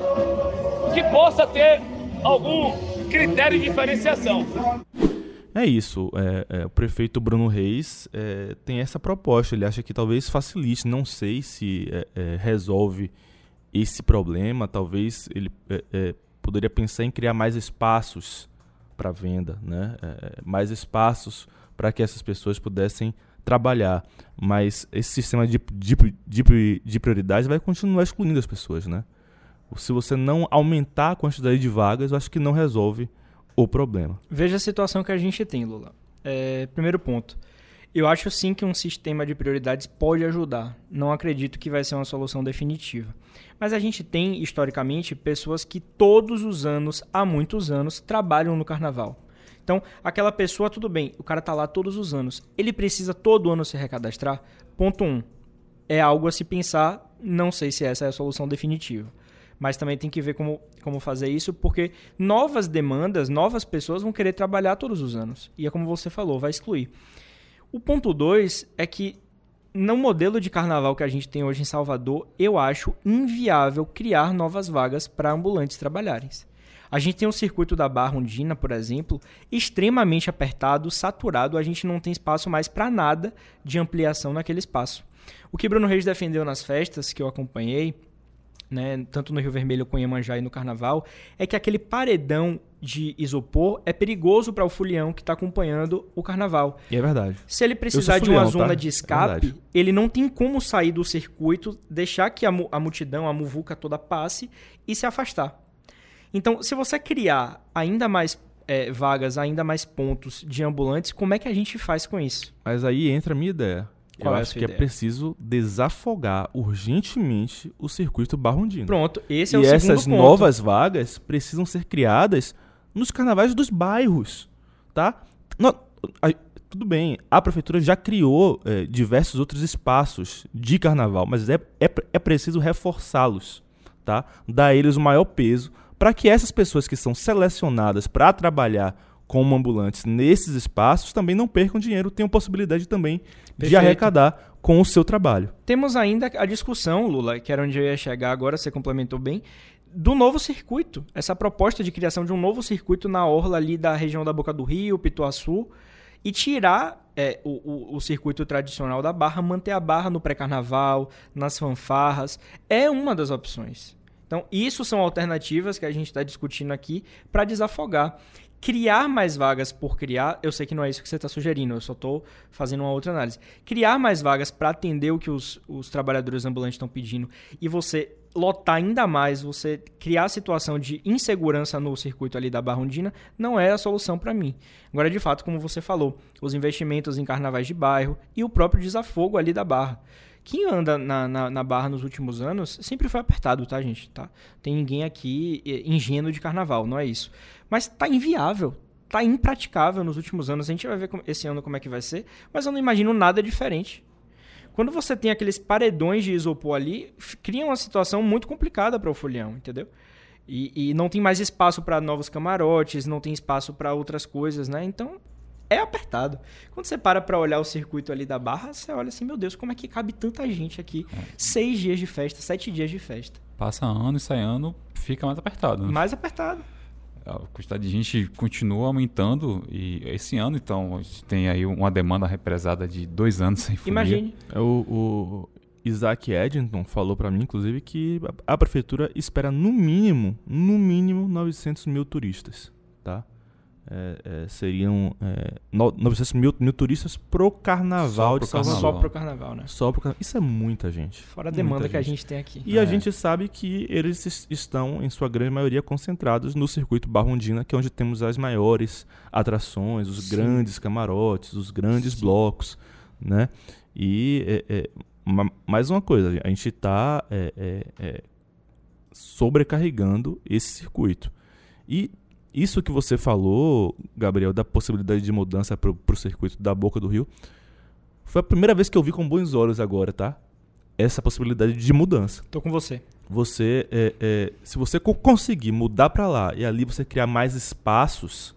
S3: que possa ter algum critério de diferenciação.
S5: É isso, é, é, o prefeito Bruno Reis é, tem essa proposta, ele acha que talvez facilite, não sei se é, resolve esse problema, talvez ele é, poderia pensar em criar mais espaços para venda, né? É, mais espaços para que essas pessoas pudessem trabalhar. Mas esse sistema de, de, de, de prioridades vai continuar excluindo as pessoas, né? Se você não aumentar a quantidade de vagas, eu acho que não resolve o problema.
S1: Veja a situação que a gente tem, Lula. É, primeiro ponto. Eu acho sim que um sistema de prioridades pode ajudar. Não acredito que vai ser uma solução definitiva. Mas a gente tem, historicamente, pessoas que todos os anos, há muitos anos, trabalham no carnaval. Então, aquela pessoa, tudo bem, o cara tá lá todos os anos. Ele precisa todo ano se recadastrar? Ponto 1. Um, é algo a se pensar, não sei se essa é a solução definitiva. Mas também tem que ver como, como fazer isso, porque novas demandas, novas pessoas vão querer trabalhar todos os anos. E é como você falou, vai excluir. O ponto 2 é que no modelo de carnaval que a gente tem hoje em Salvador, eu acho inviável criar novas vagas para ambulantes trabalharem. A gente tem um circuito da Barra Rondina, por exemplo, extremamente apertado, saturado, a gente não tem espaço mais para nada de ampliação naquele espaço. O que Bruno Reis defendeu nas festas que eu acompanhei, né, tanto no Rio Vermelho com Iemanjá e no Carnaval, é que aquele paredão de isopor é perigoso para o fulião que está acompanhando o carnaval.
S5: E é verdade.
S1: Se ele precisar de fulião, uma zona tá? de escape, é ele não tem como sair do circuito, deixar que a, mu a multidão, a muvuca toda passe e se afastar. Então, se você criar ainda mais é, vagas, ainda mais pontos de ambulantes, como é que a gente faz com isso?
S5: Mas aí entra a minha ideia.
S1: Qual
S5: Eu
S1: é a
S5: acho
S1: sua
S5: que é
S1: ideia?
S5: preciso desafogar urgentemente o circuito barrondino.
S1: Pronto, esse é
S5: e
S1: o
S5: essas
S1: segundo ponto.
S5: novas vagas precisam ser criadas nos carnavais dos bairros, tá? Nó- a- tudo bem, a prefeitura já criou eh, diversos outros espaços de carnaval, mas é, é, pre- é preciso reforçá-los, tá? Dar a eles o maior peso para que essas pessoas que são selecionadas para trabalhar como ambulantes nesses espaços também não percam dinheiro, tenham possibilidade também de
S1: Perfeito.
S5: arrecadar com o seu trabalho.
S1: Temos ainda a discussão, Lula, que era onde eu ia chegar agora, você complementou bem, do novo circuito. Essa proposta de criação de um novo circuito na orla ali da região da Boca do Rio, Pituaçu, e tirar é, o, o- o circuito tradicional da barra, manter a barra no pré-carnaval, nas fanfarras, é uma das opções. Então, isso são alternativas que a gente está discutindo aqui para desafogar. Criar mais vagas por criar, eu sei que não é isso que você está sugerindo, eu só estou fazendo uma outra análise. Criar mais vagas para atender o que os, os trabalhadores ambulantes estão pedindo e você lotar ainda mais, você criar a situação de insegurança no circuito ali da Barrondina, não é a solução para mim. Agora, de fato, como você falou, os investimentos em carnavais de bairro e o próprio desafogo ali da Barra. Quem anda na, na, na Barra nos últimos anos sempre foi apertado, tá, gente? Tá? Tem ninguém aqui eh, ingênuo de carnaval, não é isso. Mas tá inviável, tá impraticável nos últimos anos. A gente vai ver como- esse ano como é que vai ser, mas eu não imagino nada diferente. Quando você tem aqueles paredões de isopor ali, f- cria uma situação muito complicada para o folião, entendeu? E, e não tem mais espaço para novos camarotes, não tem espaço para outras coisas, né? Então é apertado. Quando você para para olhar o circuito ali da barra, você olha assim, meu Deus, como é que cabe tanta gente aqui? Seis dias de festa, sete dias de festa.
S6: Passa ano e sai ano, fica mais apertado. né?
S1: Mais apertado.
S6: A quantidade de gente continua aumentando e esse ano, então, a gente tem aí uma demanda represada de dois anos sem folia.
S1: Imagine.
S5: É, O, o Isaac Edington falou pra mim, inclusive, que a- a prefeitura espera no mínimo, no mínimo 900 mil turistas, tá? É, é, seriam é, no- 900 mil, mil turistas pro carnaval
S6: Só
S5: de
S6: pro
S5: Salvador.
S6: carnaval.
S1: Só pro carnaval, né?
S5: Só pro carnaval. Isso é muita gente.
S1: Fora a
S5: Muita
S1: demanda que a
S5: gente.
S1: gente tem aqui.
S5: E a gente sabe que eles es- estão, em sua grande maioria, concentrados no circuito Barrondina, que é onde temos as maiores atrações, os grandes camarotes, os grandes blocos, né? E é, é, ma- mais uma coisa, a gente tá, está é, sobrecarregando esse circuito. E isso que você falou, Gabriel, da possibilidade de mudança para o circuito da Boca do Rio, foi a primeira vez que eu vi com bons olhos agora, tá? Essa possibilidade de mudança
S1: Tô com você.
S5: você é, é, se você co- conseguir mudar pra lá e ali você criar mais espaços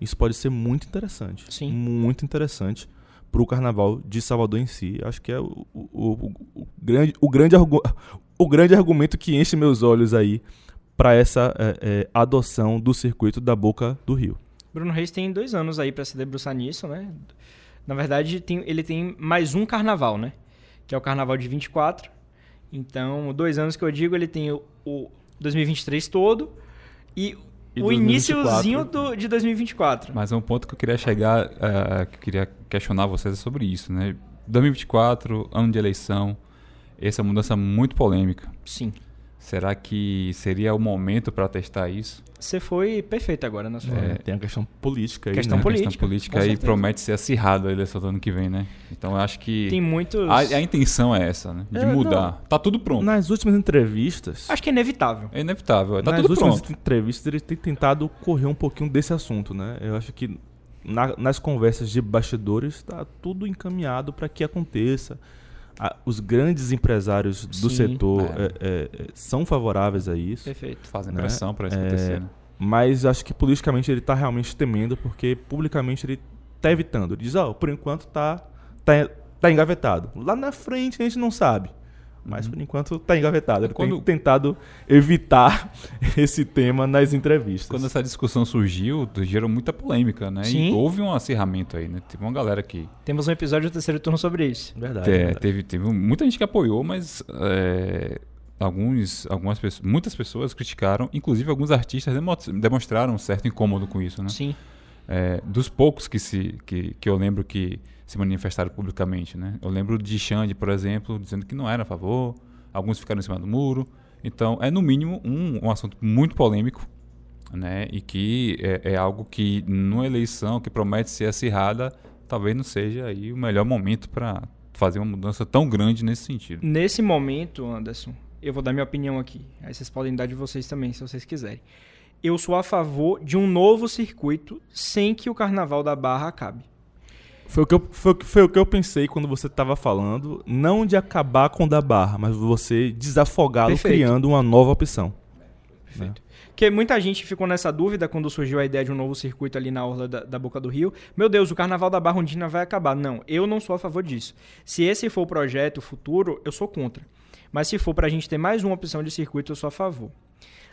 S5: isso pode ser muito interessante
S1: Sim.
S5: muito interessante pro carnaval de Salvador em si acho que é o, o- o- o grande o grande argu- o grande argumento que enche meus olhos aí pra essa é, é, adoção do circuito da Boca do Rio
S1: Bruno Reis tem dois anos aí pra se debruçar nisso, né? Na verdade, tem- ele tem mais um carnaval, né? Que é o carnaval de 24. Então, dois anos que eu digo, ele tem o, o 2023 todo e,
S5: E
S1: o
S5: 2024.
S1: iníciozinho do- de 2024.
S6: Mas é um ponto que eu queria chegar, eh, que eu queria questionar vocês sobre isso, né? 2024, ano de eleição, essa é uma mudança muito polêmica.
S1: Sim.
S6: Será que seria o momento para testar isso?
S1: Você foi perfeito agora na sua.
S5: É, tem a questão política aí
S1: Questão
S5: né?
S6: A
S1: política,
S6: questão política
S1: com
S6: aí
S1: certeza.
S6: promete ser acirrada a eleição do ano que vem, né? Então eu acho que
S1: Tem muitos.
S6: a, a intenção é essa, né? De
S5: É,
S6: mudar. Tá tudo pronto.
S5: nas últimas entrevistas
S1: Acho que é inevitável.
S6: É inevitável. Tá
S5: Nas
S6: tudo
S5: últimas
S6: pronto.
S5: entrevistas ele tem tentado correr um pouquinho desse assunto, né? Eu acho que na- nas conversas de bastidores está tudo encaminhado para que aconteça. A- os grandes empresários
S1: Sim.
S5: do setor
S6: É.
S5: é, é, é, são favoráveis a isso,
S1: Perfeito.
S6: Fazem
S5: né?
S6: pressão pra isso
S5: É,
S6: acontecer, né?
S5: mas acho que politicamente ele está realmente temendo, porque publicamente ele está evitando. Ele diz, ó, por enquanto tá, tá, tá engavetado. Lá na frente a gente não sabe. Mas por enquanto tá engavetado. Ele
S6: Quando-
S5: tem tentado evitar esse tema nas entrevistas.
S6: Quando essa discussão surgiu, gerou muita polêmica, né? E
S1: Sim.
S6: houve um acirramento aí, né? Teve uma galera que.
S1: Temos um episódio do terceiro turno sobre isso.
S5: Verdade.
S6: É,
S5: verdade.
S6: teve, teve muita gente que apoiou, mas é, alguns, algumas pessoas, muitas pessoas criticaram, inclusive alguns artistas demo- demonstraram um certo incômodo com isso, né?
S1: Sim.
S6: É, dos poucos que, se, que, que eu lembro que se manifestaram publicamente, né? Eu lembro de Xande, por exemplo, dizendo que não era a favor, alguns ficaram em cima do muro. Então, é no mínimo um, um assunto muito polêmico, né? E que é, é algo que numa eleição que promete ser acirrada, talvez não seja aí o melhor momento para fazer uma mudança tão grande nesse sentido.
S1: Nesse momento, Anderson, eu vou dar minha opinião aqui. Aí vocês podem dar de vocês também, se vocês quiserem. Eu sou a favor de um novo circuito sem que o Carnaval da Barra acabe.
S5: Foi o, que eu, foi, o que- foi o que eu pensei quando você estava falando, não de acabar com o da barra, mas você desafogá-lo
S1: Perfeito.
S5: criando uma nova opção.
S1: Perfeito. Porque muita gente ficou nessa dúvida quando surgiu a ideia de um novo circuito ali na orla da, da Boca do Rio. Meu Deus, o Carnaval da Barrondina vai acabar. Não, eu não sou a favor disso. Se esse for o projeto futuro, eu sou contra. Mas se for pra gente ter mais uma opção de circuito, eu sou a favor.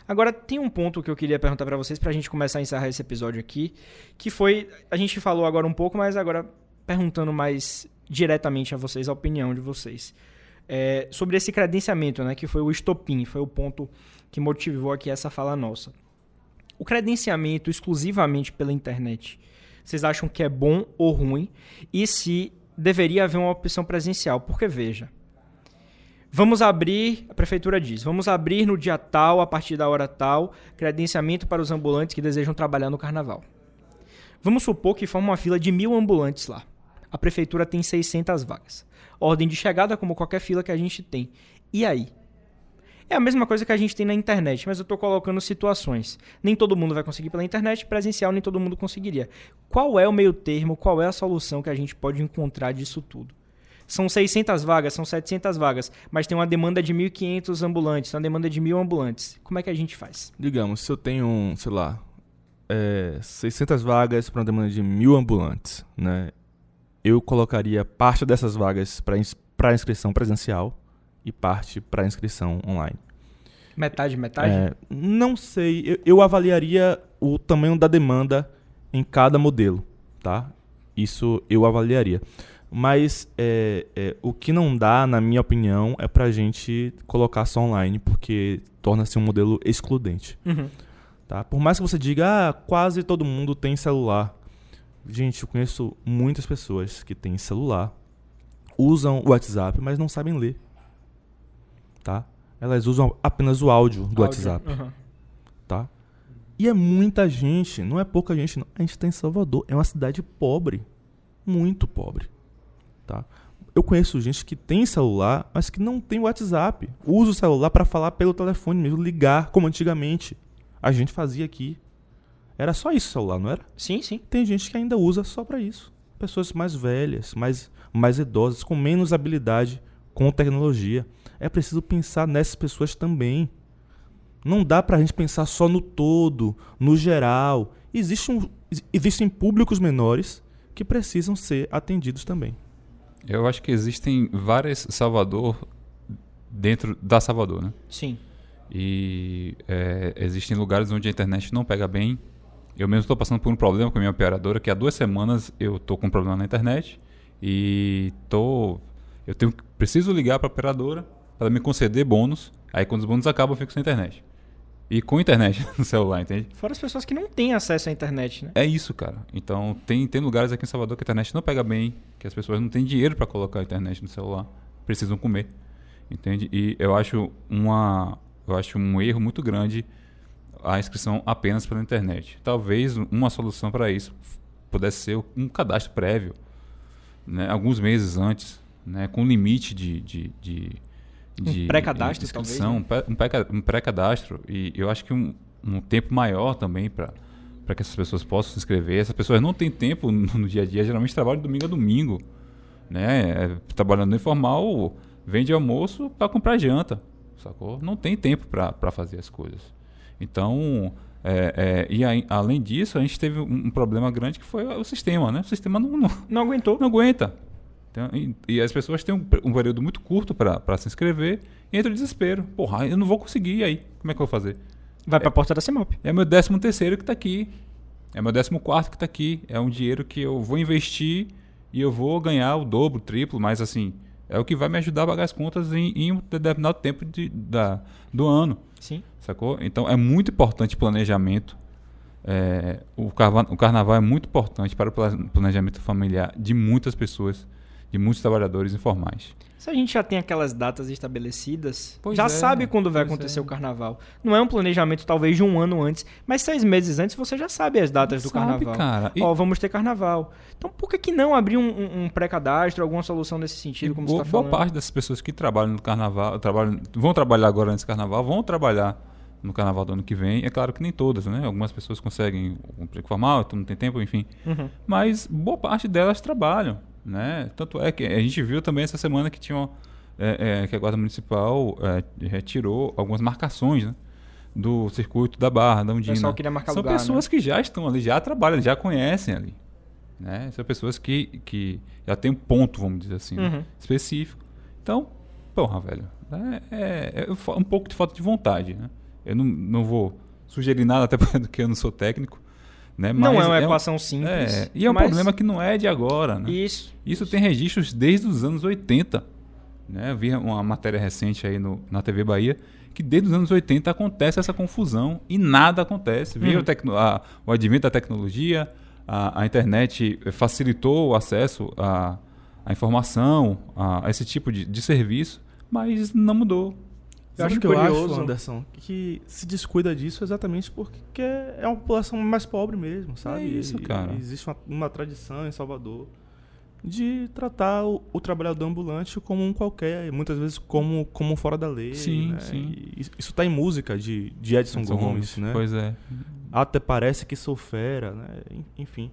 S1: Agora, tem um ponto que eu queria perguntar pra vocês, pra gente começar a encerrar esse episódio aqui, que foi, a gente falou agora um pouco, mas agora perguntando mais diretamente a vocês, a opinião de vocês. É, sobre esse credenciamento, né, que foi o estopim, foi o ponto que motivou aqui essa fala nossa. O credenciamento exclusivamente pela internet, vocês acham que é bom ou ruim? E se deveria haver uma opção presencial? Porque veja, Vamos abrir, a prefeitura diz, vamos abrir no dia tal, a partir da hora tal, credenciamento para os ambulantes que desejam trabalhar no carnaval. Vamos supor que forma uma fila de mil ambulantes lá. A prefeitura tem 600 vagas. Ordem de chegada, como qualquer fila que a gente tem. E aí? É a mesma coisa que a gente tem na internet, mas eu estou colocando situações. Nem todo mundo vai conseguir pela internet, presencial nem todo mundo conseguiria. Qual é o meio termo, qual é a solução que a gente pode encontrar disso tudo? São 600 vagas, são 700 vagas, mas tem uma demanda de 1.500 ambulantes, tem uma demanda de 1.000 ambulantes. Como é que a gente faz?
S5: Digamos, se eu tenho, um, sei lá, é, 600 vagas para uma demanda de mil ambulantes, né? Eu colocaria parte dessas vagas para ins pra inscrição presencial e parte para inscrição online.
S1: Metade, metade?
S5: É, não sei, eu, eu avaliaria o tamanho da demanda em cada modelo, tá? Isso eu avaliaria. Mas é, é, o que não dá, na minha opinião, é pra gente colocar só online, porque torna-se um modelo excludente.
S1: Uhum.
S5: Tá? Por mais que você diga, ah, quase todo mundo tem celular. Gente, eu conheço muitas pessoas que têm celular, usam o WhatsApp, mas não sabem ler. Tá? Elas usam apenas o áudio
S1: Áudio.
S5: do WhatsApp,
S1: Uhum.
S5: tá? E é muita gente, não é pouca gente, não. A gente tá em Salvador, é uma cidade pobre, muito pobre, tá? Eu conheço gente que tem celular, mas que não tem WhatsApp. Usa o celular para falar pelo telefone mesmo, ligar, como antigamente a gente fazia aqui. Era só isso o celular, não era?
S1: Sim, sim.
S5: Tem gente que ainda usa só pra isso. Pessoas mais velhas, mais, mais idosas, com menos habilidade com tecnologia. É preciso pensar nessas pessoas também. Não dá pra gente pensar só no todo, no geral. Existe um- ex- existem públicos menores que precisam ser atendidos também.
S6: Eu acho que existem várias Salvador dentro da Salvador, né?
S1: Sim.
S6: E é, existem lugares onde a internet não pega bem. Eu mesmo estou passando por um problema com a minha operadora, que há duas semanas eu estou com um problema na internet e tô, eu tenho, preciso ligar para a operadora para me conceder bônus. Aí quando os bônus acabam, eu fico sem internet. E com internet no celular, entende?
S1: Fora as pessoas que não têm acesso à internet, né?
S6: É isso, cara. Então, tem, tem lugares aqui em Salvador que a internet não pega bem, que as pessoas não têm dinheiro para colocar a internet no celular, precisam comer. Entende? E eu acho uma eu acho um erro muito grande a inscrição apenas pela internet. Talvez uma solução para isso f- pudesse ser um cadastro prévio, né? alguns meses antes, né? com limite de, de, de, de
S1: pré-cadastro,
S6: inscrição, um pré- um pré- um pré-cadastro. E eu acho que um, um tempo maior também para para que essas pessoas possam se inscrever. Essas pessoas não têm tempo no no dia a dia, geralmente trabalham de domingo a domingo. Né? É, Trabalhando no informal, vende almoço para comprar janta, sacou? Não tem tempo para fazer as coisas. Então, é, é, e aí, além disso, a gente teve um, um problema grande que foi o sistema, né? O sistema não- não,
S1: Não aguentou.
S6: não aguenta. Então, e, e as pessoas têm um, pe- um período muito curto para se inscrever e entra o desespero. Porra, eu não vou conseguir, e aí? Como é que eu vou fazer?
S1: Vai pra porta da CEMOP.
S6: É meu décimo terceiro que tá aqui. É meu décimo quarto que tá aqui. É um dinheiro que eu vou investir e eu vou ganhar o dobro, o triplo, mas assim, é o que vai me ajudar a pagar as contas em, em um determinado tempo de, da, do ano.
S1: Sim.
S6: Sacou? Então é muito importante o planejamento. É, o, carva- o carnaval é muito importante para o pla- planejamento familiar de muitas pessoas. de muitos trabalhadores informais.
S1: Se a gente já tem aquelas datas estabelecidas,
S6: Pois
S1: já
S6: é,
S1: sabe quando vai
S6: pois
S1: acontecer
S6: é.
S1: o carnaval. Não é um planejamento talvez de um ano antes, mas seis meses antes você já sabe as datas do
S6: Sabe,
S1: carnaval.
S6: cara. E-
S1: Ó, vamos ter carnaval. Então por que, que não abrir um, um- um pré-cadastro, alguma solução nesse sentido, como
S6: boa,
S1: você tá
S6: boa
S1: falando?
S6: parte das pessoas que trabalham no carnaval, trabalham, vão trabalhar agora nesse carnaval, vão trabalhar no carnaval do ano que vem. É claro que nem todas, né? Algumas pessoas conseguem um emprego formal, tu não tem tempo, enfim.
S1: Uhum.
S6: Mas boa parte delas trabalham, né? Tanto é que a gente viu também essa semana que tinha uma- é, é, que a guarda municipal é, retirou algumas marcações, né? Do circuito da Barra, da Undina.
S1: pessoal queria marcar
S6: São
S1: lugar, né?
S6: pessoas que já estão ali, já trabalham, já conhecem ali né? São pessoas que, que já tem um ponto, vamos dizer assim, né?
S1: Uhum.
S6: específico. Então, porra, velho, né? é, é fa- um pouco de falta de vontade, né? Eu não, não vou sugerir nada, até porque eu não sou técnico, né?
S1: Não
S6: Mas
S1: é uma
S6: um-
S1: equação simples.
S6: é, e é um
S1: mas-
S6: problema que não é de agora, né?
S1: Isso.
S6: Isso tem registros desde os anos 80. Né? Eu Vi uma matéria recente aí no, na TV Bahia que desde os anos 80 acontece essa confusão e nada acontece. Veio a tecno- a- o advento da tecnologia, a, a internet facilitou o acesso à, à informação, a, a esse tipo de, de serviço, mas não mudou.
S5: Eu
S1: Sabe
S5: acho
S1: o
S5: que eu
S1: curioso?
S5: acho, Anderson, que se descuida disso exatamente porque é é uma população mais pobre mesmo, sabe?
S6: isso,
S5: E-
S6: cara.
S5: e Existe uma, uma tradição em Salvador de tratar o, o trabalhador ambulante como um qualquer, e muitas vezes como, como um fora da lei.
S6: Sim,
S5: né?
S6: sim.
S5: E isso- isso tá em música de, de Edson, Gomes, né?
S6: Pois é.
S5: Até parece que sou fera, né? En- Enfim.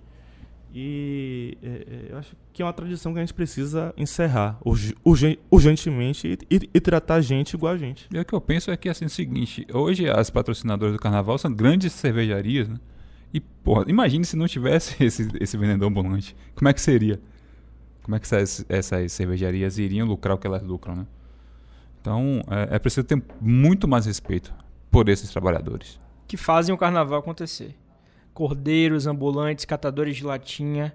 S5: E é, é, eu acho que é uma tradição que a gente precisa encerrar urge- urgen- urgentemente e- e- e tratar a gente igual a gente.
S6: E o que eu penso é que assim, é o seguinte, hoje as patrocinadoras do carnaval são grandes cervejarias, né? E, porra, imagine se não tivesse esse, esse vendedor ambulante. Como é que seria? Como é que essas, essas cervejarias iriam lucrar o que elas lucram, né? Então, é, é preciso ter muito mais respeito por esses trabalhadores.
S1: que fazem o carnaval acontecer. Cordeiros, ambulantes, catadores de latinha.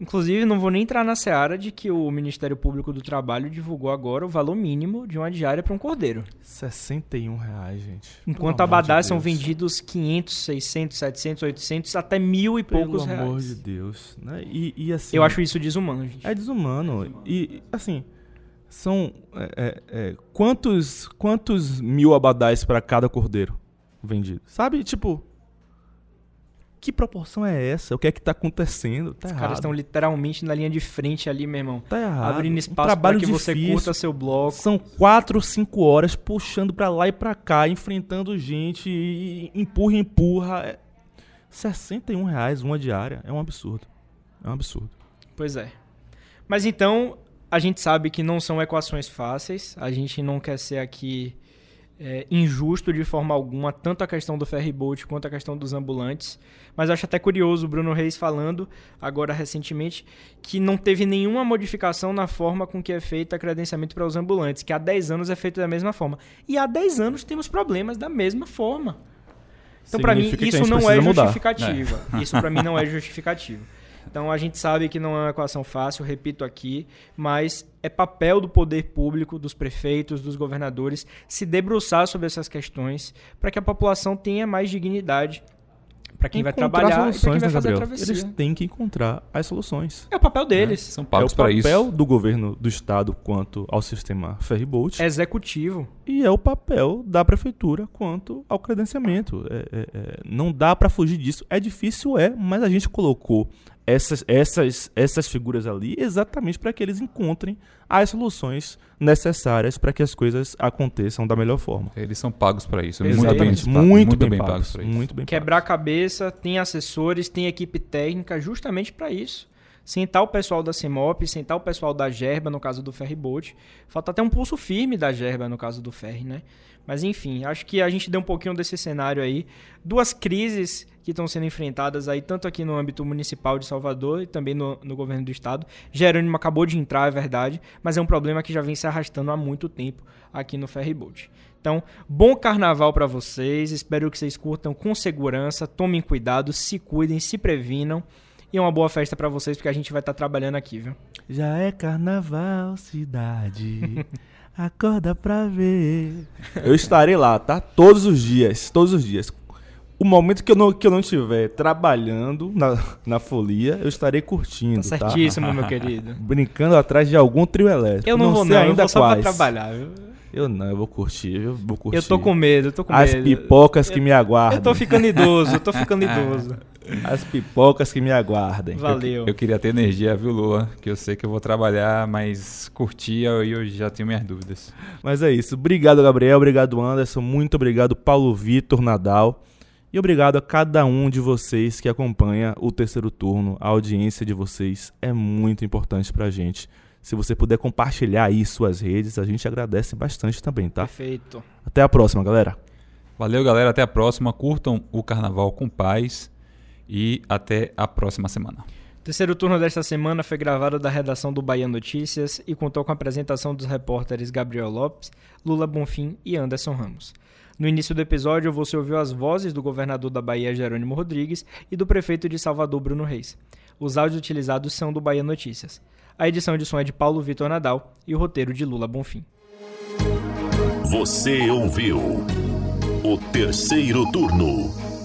S1: Inclusive, não vou nem entrar na seara de que o Ministério Público do Trabalho divulgou agora o valor mínimo de uma diária para um cordeiro.
S5: 61 reais, gente.
S1: Enquanto
S5: Pelo amor
S1: abadás
S5: de
S1: são
S5: Deus.
S1: vendidos 500, 600, 700, 800, até mil e
S5: Pelo
S1: poucos
S5: amor
S1: reais.
S5: de Deus. Né? E, e assim.
S1: Eu acho isso desumano, gente.
S5: É desumano. E, assim. São. é, é, é, quantos, quantos mil abadás pra cada cordeiro vendido? Sabe? Tipo. Que proporção é essa? O que é que tá acontecendo? Tá
S1: Os
S5: errado.
S1: caras estão literalmente na linha de frente ali, meu irmão.
S5: Tá errado.
S1: Abrindo
S5: Um
S1: espaço para
S5: trabalho
S1: que você
S5: difícil.
S1: curta seu bloco.
S5: São quatro, cinco horas puxando pra lá e pra cá, enfrentando gente, e e empurra, empurra. É... R$ 61 reais uma diária é um absurdo. É um absurdo.
S1: Pois é. Mas então, a gente sabe que não são equações fáceis, a gente não quer ser aqui é, injusto de forma alguma, tanto a questão do ferryboat quanto a questão dos ambulantes. Mas eu acho até curioso o Bruno Reis falando, agora recentemente, que não teve nenhuma modificação na forma com que é feito o credenciamento para os ambulantes, que há 10 anos é feito da mesma forma. E há 10 anos temos problemas da mesma forma. Então, pra mim,
S5: Significa que
S1: isso
S5: a gente
S1: não é
S5: precisa mudar.
S1: justificativa. Isso, pra mim, não é justificativo. Então, a gente sabe que não é uma equação fácil, repito aqui, mas é papel do poder público, dos prefeitos, dos governadores, se debruçar sobre essas questões para que a população tenha mais dignidade para quem vai
S5: Encontrar
S1: trabalhar e para quem
S5: soluções,
S1: vai
S5: né,
S1: fazer a
S5: Gabriel?
S1: travessia.
S5: Eles têm que encontrar as soluções.
S1: É o papel deles.
S6: São pagos
S5: é o
S6: para isso.
S5: papel do governo do estado quanto ao sistema ferryboat
S1: É executivo.
S5: e é o papel da prefeitura quanto ao credenciamento. É- é- é, não dá pra fugir disso. É difícil, é, mas a gente colocou essas, essas, essas figuras ali exatamente para que eles encontrem as soluções necessárias para que as coisas aconteçam da melhor forma.
S6: Eles são pagos para isso.
S5: Exatamente.
S6: Muito bem,
S5: muito,
S6: muito
S5: bem,
S6: bem
S5: pagos,
S6: pagos pra isso.
S5: Muito bem
S1: Quebrar a
S5: pagos.
S1: cabeça, tem assessores, tem equipe técnica justamente para isso. Sentar o pessoal da CEMOP, sentar o pessoal da Gerba, no caso do Ferryboat. Falta até um pulso firme da Gerba, no caso do Ferry, né? Mas enfim, acho que a gente deu um pouquinho desse cenário aí. Duas crises que estão sendo enfrentadas aí, tanto aqui no âmbito municipal de Salvador e também no, no governo do estado. Jerônimo acabou de entrar, é verdade, mas é um problema que já vem se arrastando há muito tempo aqui no Ferryboat. Então, bom carnaval pra vocês. Espero que vocês curtam com segurança. Tomem cuidado, se cuidem, se previnam. E uma boa festa pra vocês, porque a gente vai estar trabalhando aqui, viu?
S5: Já é carnaval, cidade. Acorda pra ver. Eu estarei lá, tá? Todos os dias, todos os dias. O momento que eu não, que eu não estiver trabalhando na, na folia, eu estarei curtindo,
S1: Tá
S5: tá?
S1: certíssimo, meu querido.
S5: Brincando atrás de algum trio elétrico.
S1: Eu não, vou
S5: sei
S1: não, eu
S5: ainda
S1: vou só pra
S5: quais.
S1: trabalhar. viu?
S5: Eu não, eu vou curtir, eu vou curtir.
S1: Eu tô com medo, eu tô com
S5: As
S1: medo.
S5: pipocas que me aguardam.
S1: Eu tô ficando idoso, eu tô ficando idoso.
S5: As pipocas que me aguardem.
S1: Valeu.
S6: Eu queria ter energia, viu, Lula? Que eu sei que eu vou trabalhar, mas curtir aí eu já tenho minhas dúvidas.
S5: Mas é isso. Obrigado, Gabriel. Obrigado, Anderson. Muito obrigado, Paulo Vitor Nadal. E obrigado a cada um de vocês que acompanha o terceiro turno. A audiência de vocês é muito importante pra gente. Se você puder compartilhar aí suas redes, a gente agradece bastante também, tá?
S1: Perfeito.
S5: Até a próxima, galera.
S6: Valeu, galera. Até a próxima. Curtam o carnaval com paz. E até a próxima semana.
S1: Terceiro turno desta semana foi gravado da redação do Bahia Notícias e contou com a apresentação dos repórteres Gabriel Lopes, Lula Bonfim e Anderson Ramos. No início do episódio, você ouviu as vozes do governador da Bahia, Jerônimo Rodrigues, e do prefeito de Salvador, Bruno Reis. Os áudios utilizados são do Bahia Notícias. A edição de som é de Paulo Vitor Nadal e o roteiro de Lula Bonfim.
S4: Você ouviu o terceiro turno,